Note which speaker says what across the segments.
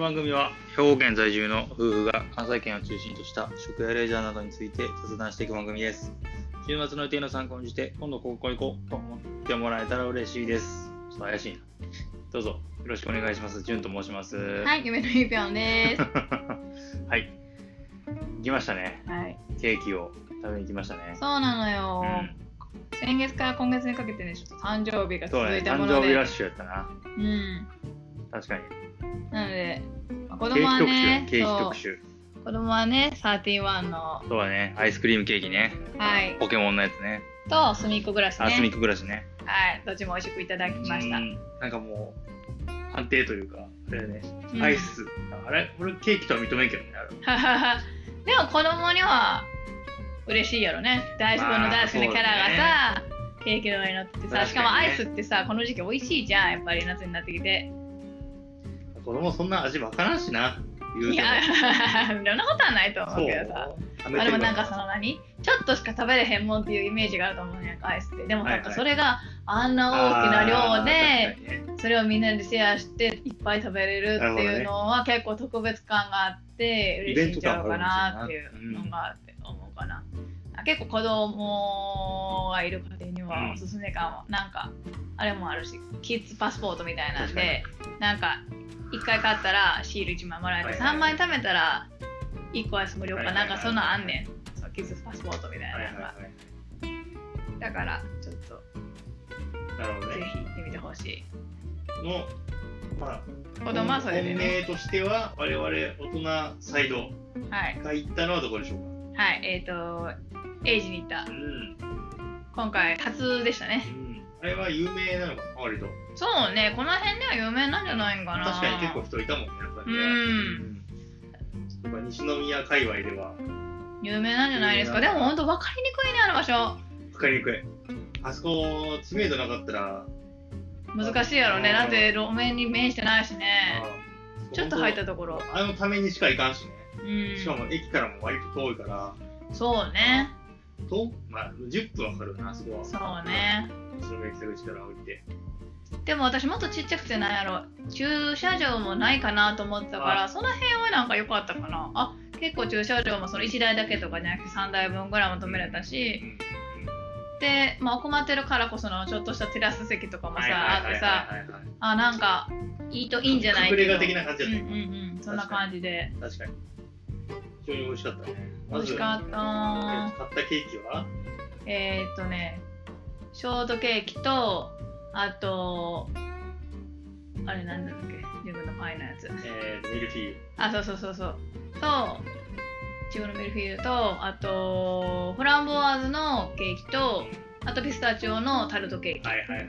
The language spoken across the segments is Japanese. Speaker 1: 番組は兵庫県在住の夫婦が関西圏を中心とした食やレジャーなどについて雑談していく番組です週末の予定の参考にして今度ここ行こうと思ってもらえたら嬉しいですちょっと怪しいなどうぞよろしくお願いしますじゅんと申します
Speaker 2: はい、夢のゆぴょんです。
Speaker 1: はい行きましたね
Speaker 2: はい、
Speaker 1: ケーキを食べに行きましたね
Speaker 2: そうなのよ、
Speaker 1: うん
Speaker 2: 先月から今月にかけてね、ちょっと誕生日が
Speaker 1: そう
Speaker 2: 続
Speaker 1: ね
Speaker 2: いたも
Speaker 1: 誕
Speaker 2: の
Speaker 1: 生日
Speaker 2: で、
Speaker 1: ラッシュやったな
Speaker 2: うん、
Speaker 1: 確かに
Speaker 2: なので、まあ子
Speaker 1: ケ
Speaker 2: 供は
Speaker 1: ー
Speaker 2: ね
Speaker 1: キ特集ケ、ーキ
Speaker 2: そ
Speaker 1: 特集
Speaker 2: う、子供はね、サーティワンの、
Speaker 1: そうだねアイスクリームケーキね
Speaker 2: はい、
Speaker 1: ポケモンのやつね
Speaker 2: と隅っこ暮らし
Speaker 1: アスミッ
Speaker 2: ね、
Speaker 1: ク暮らしね
Speaker 2: はい、どっちも美味しくいただきました
Speaker 1: う。んなんかもう安定というかあれだね、
Speaker 2: うん
Speaker 1: アイ。スあれ俺ケーキとは認めんけどねあれ
Speaker 2: ははは でも子供には嬉しいやろね、大好き
Speaker 1: まあ
Speaker 2: の大好きなキャラがさ、ケーキの上に乗ってて
Speaker 1: 確かにね
Speaker 2: さ、しかもアイスってさ、この時期美味しいじゃん、やっぱり夏になってきて。
Speaker 1: 子供そんな味わからんしな言う
Speaker 2: い
Speaker 1: ても
Speaker 2: や、 そんなことはないと思うけどさ。
Speaker 1: そう
Speaker 2: まあ、でもなんかその何ちょっとしか食べれへんもんっていうイメージがあると思うねんやんかアイスって。でもなん
Speaker 1: はいは
Speaker 2: か
Speaker 1: い
Speaker 2: それがあんな大きな量で、
Speaker 1: で
Speaker 2: それをみんなでシェアしていっぱい食べれるっていうのは結構特別感があって
Speaker 1: イベ
Speaker 2: 嬉
Speaker 1: ン
Speaker 2: し
Speaker 1: ト
Speaker 2: いんちゃ
Speaker 1: 感
Speaker 2: う
Speaker 1: があるもんな
Speaker 2: かなっていうのがあって思うかな。結構子供がいる家庭に
Speaker 1: うん
Speaker 2: はおすすめ感は、なんかあれもあるしキッズパスポートみたいなんでなんか1回買ったらシール1枚もらえて、
Speaker 1: はいはい
Speaker 2: 3枚貯めたら1個は無料か、
Speaker 1: はいはいは
Speaker 2: ないんかそんなんあんねんそうキッズパスポートみたいな
Speaker 1: はいはい
Speaker 2: のが
Speaker 1: は
Speaker 2: だからちょっと
Speaker 1: いなるほど
Speaker 2: ぜ
Speaker 1: ね
Speaker 2: ひ行ってみてほしい
Speaker 1: のまあ
Speaker 2: 子供はそれでね
Speaker 1: 本命としては我々大人サイド
Speaker 2: はい
Speaker 1: が行ったのはどこでしょうか
Speaker 2: はいえっ、とエイジに行った
Speaker 1: うん、
Speaker 2: 今回初でしたね
Speaker 1: うん、あれは有名なのかな割と
Speaker 2: そうねこの辺では有名なんじゃないんかな
Speaker 1: 確かに結構人いたもんねやっぱりねうんやっぱ西宮界隈では
Speaker 2: 有名なんじゃないですか
Speaker 1: 有名
Speaker 2: で
Speaker 1: な
Speaker 2: も本当分かりにくいねあの場所
Speaker 1: わかりにくい。あそこ、知名度なかったら、
Speaker 2: 難しいやろね
Speaker 1: あー
Speaker 2: だって路面に面してないしね
Speaker 1: あ
Speaker 2: ちょっと入ったところ
Speaker 1: あのためにしか行かんしね。
Speaker 2: うん
Speaker 1: しかも駅からも割と遠いから、
Speaker 2: そうね
Speaker 1: とまあ、10分はかかるな、あそこは。
Speaker 2: そう。ね
Speaker 1: 後ろの駅口から降りて。
Speaker 2: でも私もっとちっちゃくてなんやろ駐車場もないかなと思ってたからその辺はなんか良かったかなあ結構駐車場もその1台だけとかじゃなくて3台分ぐらいも止めれたし
Speaker 1: うん
Speaker 2: で、まあ、困ってるからこそのちょっとしたテラス席とかもさあってさ
Speaker 1: はいはいはい
Speaker 2: あなんかいいといいんじゃない
Speaker 1: 隠れ家
Speaker 2: ど
Speaker 1: 的な感じ
Speaker 2: う
Speaker 1: だ
Speaker 2: んう
Speaker 1: っ
Speaker 2: んうんそんな感じで
Speaker 1: た。確かに。非常に美味しかったね。
Speaker 2: 美味しかった
Speaker 1: ま
Speaker 2: ー
Speaker 1: ず買ったケーキは
Speaker 2: えー、っとねショートケーキとあとあれなんだっけ自分のパイのやつ
Speaker 1: えーミルフィーユ。
Speaker 2: あそうそうそうそうといちごのミルフィーユとあとフランボワーズのケーキとあとピスタチオのタルトケーキ、
Speaker 1: はいはいはいはい。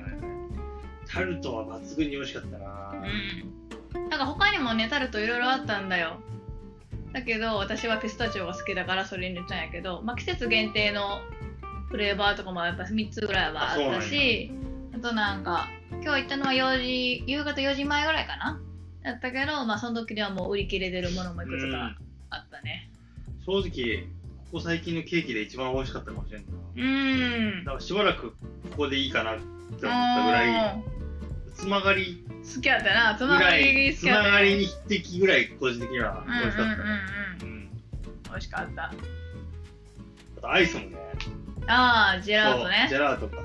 Speaker 1: タルトは抜群に美味しかったな。
Speaker 2: うんなんか他にもねタルトいろいろあったんだよだけど私はピスタチオが好きだからそれに入れたんやけど、まあ、季節限定のフレーバーとかもやっぱ3つぐらいはあ
Speaker 1: あそう
Speaker 2: っ
Speaker 1: なん
Speaker 2: た
Speaker 1: や
Speaker 2: しあとなんか今日行ったのは4時夕方4時前ぐらいかなだったけどまあその時にはもう売り切れてるものもいくつ
Speaker 1: うん
Speaker 2: かあったね
Speaker 1: 正直ここ最近のケーキで一番美味しかったかもしれんな、
Speaker 2: うん
Speaker 1: だからしばらくここでいいかなって思ったぐらい
Speaker 2: うん
Speaker 1: つまがり
Speaker 2: 好きやったなつ
Speaker 1: ぐ
Speaker 2: まが
Speaker 1: ら
Speaker 2: り
Speaker 1: い
Speaker 2: 好
Speaker 1: つ
Speaker 2: きや
Speaker 1: ま
Speaker 2: った
Speaker 1: がりに匹敵ぐらい個人的には
Speaker 2: うん
Speaker 1: 美
Speaker 2: うんうん
Speaker 1: 味しかったね、
Speaker 2: う
Speaker 1: うんん
Speaker 2: 美味しか
Speaker 1: あ
Speaker 2: った
Speaker 1: とアイスもね
Speaker 2: ああジェラート
Speaker 1: そうジ
Speaker 2: ね
Speaker 1: ェラートか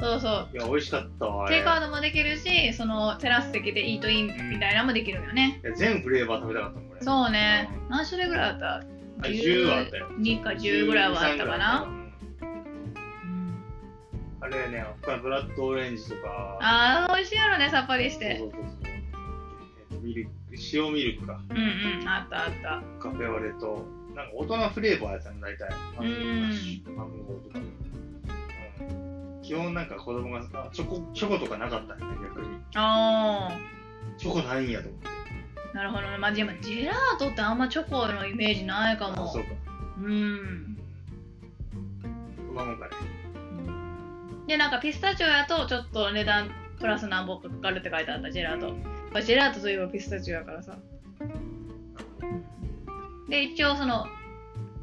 Speaker 2: そうそう
Speaker 1: いや美味しかったわあれ
Speaker 2: テイクアウトもできるしそのテラス席でイートインみたいなのもできるよね、
Speaker 1: いや全フレーバー食べたかったもんこれ
Speaker 2: そうね
Speaker 1: う
Speaker 2: 何種類ぐらいあった
Speaker 1: あ10はあったよ
Speaker 2: 2か10ぐらいはあったかな、
Speaker 1: 13ぐらいあった
Speaker 2: うん
Speaker 1: かなうんあれね他のブラッドオレンジとか
Speaker 2: あー美味しいやろねさっぱりし
Speaker 1: そう
Speaker 2: て
Speaker 1: そうそうそうミルク塩ミルクか
Speaker 2: うんうんあったあった
Speaker 1: カフェオレと、なんか大人フレーバーやったの、大体。
Speaker 2: ん
Speaker 1: マンゴーとか。うん基本なんか子供があチョコ、チョコとかなかったんね、逆に。
Speaker 2: あ
Speaker 1: チョコないんやと思って。
Speaker 2: ーなるほどねまあでもジェラートってあんまチョコのイメージないか
Speaker 1: あ
Speaker 2: も
Speaker 1: そうか。
Speaker 2: うん
Speaker 1: そんなもんかね。
Speaker 2: でなんかピスタチオやとちょっと値段プラス何本かかかるって書いてあったジェラートやっぱジェラートといえばピスタチオやからさで一応その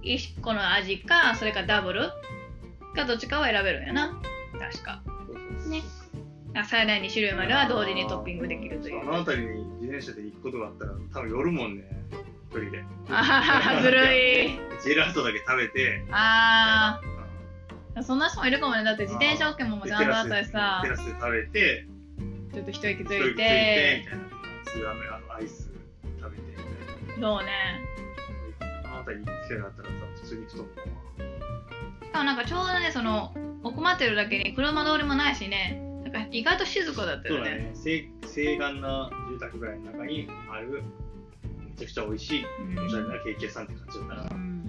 Speaker 2: 1個の味かそれかダブルかどっちかを選べるんやな確か
Speaker 1: そうそうそう
Speaker 2: ねあ最大2種類までは同時にトッピングできるとい
Speaker 1: そうあの辺りに自電車で行くことがあったら多分寄るもんね一人で
Speaker 2: あーずるい
Speaker 1: ジェラートだけ食べて
Speaker 2: あ
Speaker 1: うん
Speaker 2: ーそんな人もいるかもねだって自転車 OK ももう
Speaker 1: で
Speaker 2: ジャンプだったりさ
Speaker 1: テラスで食べて
Speaker 2: ちょっと一息
Speaker 1: 一人でつい
Speaker 2: つい
Speaker 1: て
Speaker 2: て
Speaker 1: みたいなそれはねあのアイス食べてみたいな
Speaker 2: そうね
Speaker 1: あなたに行く機会があったら多分普通に行くと思うわ
Speaker 2: しかもなんかちょうどねそのお困ってるだけに車通りもないしねなんか意外と静かだった
Speaker 1: そう
Speaker 2: よ
Speaker 1: だ
Speaker 2: ね
Speaker 1: ね静静眼な住宅街の中にあるめちゃくちゃ美味しいおしゃれなケーキ屋さんって感じだった
Speaker 2: うん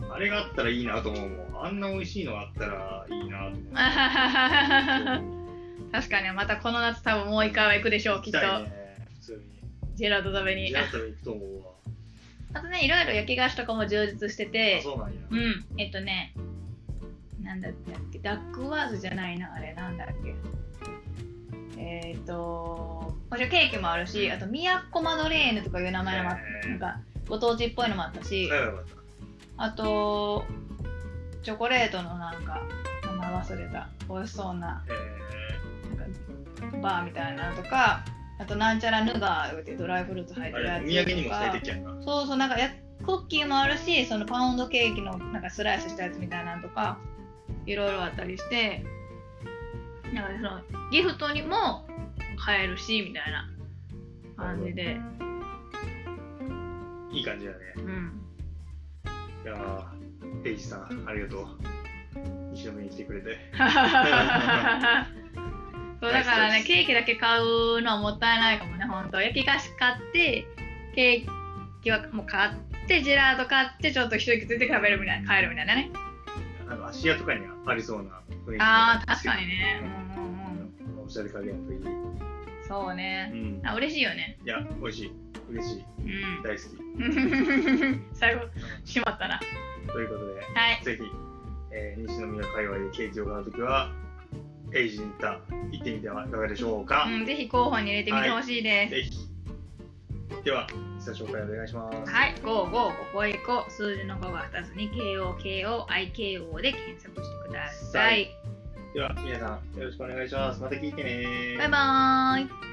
Speaker 1: なあれがあったらいいなと思うもんあんな美味しいのあったらいいなと思う
Speaker 2: 確かにまたこの夏多分もう一回は行くでしょう
Speaker 1: 行
Speaker 2: き
Speaker 1: き
Speaker 2: っと
Speaker 1: たいね普通
Speaker 2: ジェラート食べ
Speaker 1: に
Speaker 2: に
Speaker 1: ジェラート行くと思うわ
Speaker 2: あとねいろいろ焼き菓子とかも充実してて
Speaker 1: あそうなんや
Speaker 2: うん、えっとね、なんだったっけ、ダックワーズじゃないな、あれ、なんだっけ。えっ、と、これケーキもあるし、あと、ミヤコマドレーヌとかいう名前もあっ
Speaker 1: へ
Speaker 2: た、
Speaker 1: ー
Speaker 2: なんか、ご当地っぽいのもあったし
Speaker 1: 帰、ればよかっ
Speaker 2: あと、チョコレートのなんか、名前忘れた、美味しそうな、
Speaker 1: たへ
Speaker 2: なんか、バーみたいなのとか、あと、なんちゃらヌガーってドライフルーツ入ってる
Speaker 1: ーあ
Speaker 2: やつ
Speaker 1: れ
Speaker 2: と
Speaker 1: お土産に
Speaker 2: か。
Speaker 1: も最適やんな
Speaker 2: そうそうなんかやクッキーもあるしそのパウンドケーキのなんかスライスしたやつみたいなのとかいろいろあったりしてなんかそのギフトにも買えるしみたいな感じで、
Speaker 1: いい感じだね
Speaker 2: うん、
Speaker 1: いやーペイジさんありがとう一緒に来てくれて
Speaker 2: そうだからねケーキだけ買うのはもったいないかもね本当焼き菓子買ってケーキはもう買ってジェラート買ってちょっと一息ついて食べるみたいな帰るみたいなね
Speaker 1: なんか芦屋とかにありそうな雰囲気
Speaker 2: あー確かにねうんうんうん
Speaker 1: おしゃれ加減といい、う
Speaker 2: そうね。
Speaker 1: ん、
Speaker 2: あ、嬉しいよね。
Speaker 1: いや美味しい嬉しい
Speaker 2: うん。
Speaker 1: 大好き
Speaker 2: 最後、しまったな。
Speaker 1: ということで
Speaker 2: はい。
Speaker 1: ぜひ、えー西宮界隈でケーキを買うときはエイジに行った行ってみてはいかがでしょうか、
Speaker 2: うん、ぜひ候補に入れてみてほしいです。
Speaker 1: ぜひでは実際紹介お願いします
Speaker 2: はい、5、5、5個以降、数字の5が2つに KO、KO、IKO で検索してください。
Speaker 1: では皆さんよろしくお願いしますまた聞いてね
Speaker 2: バイバーイ。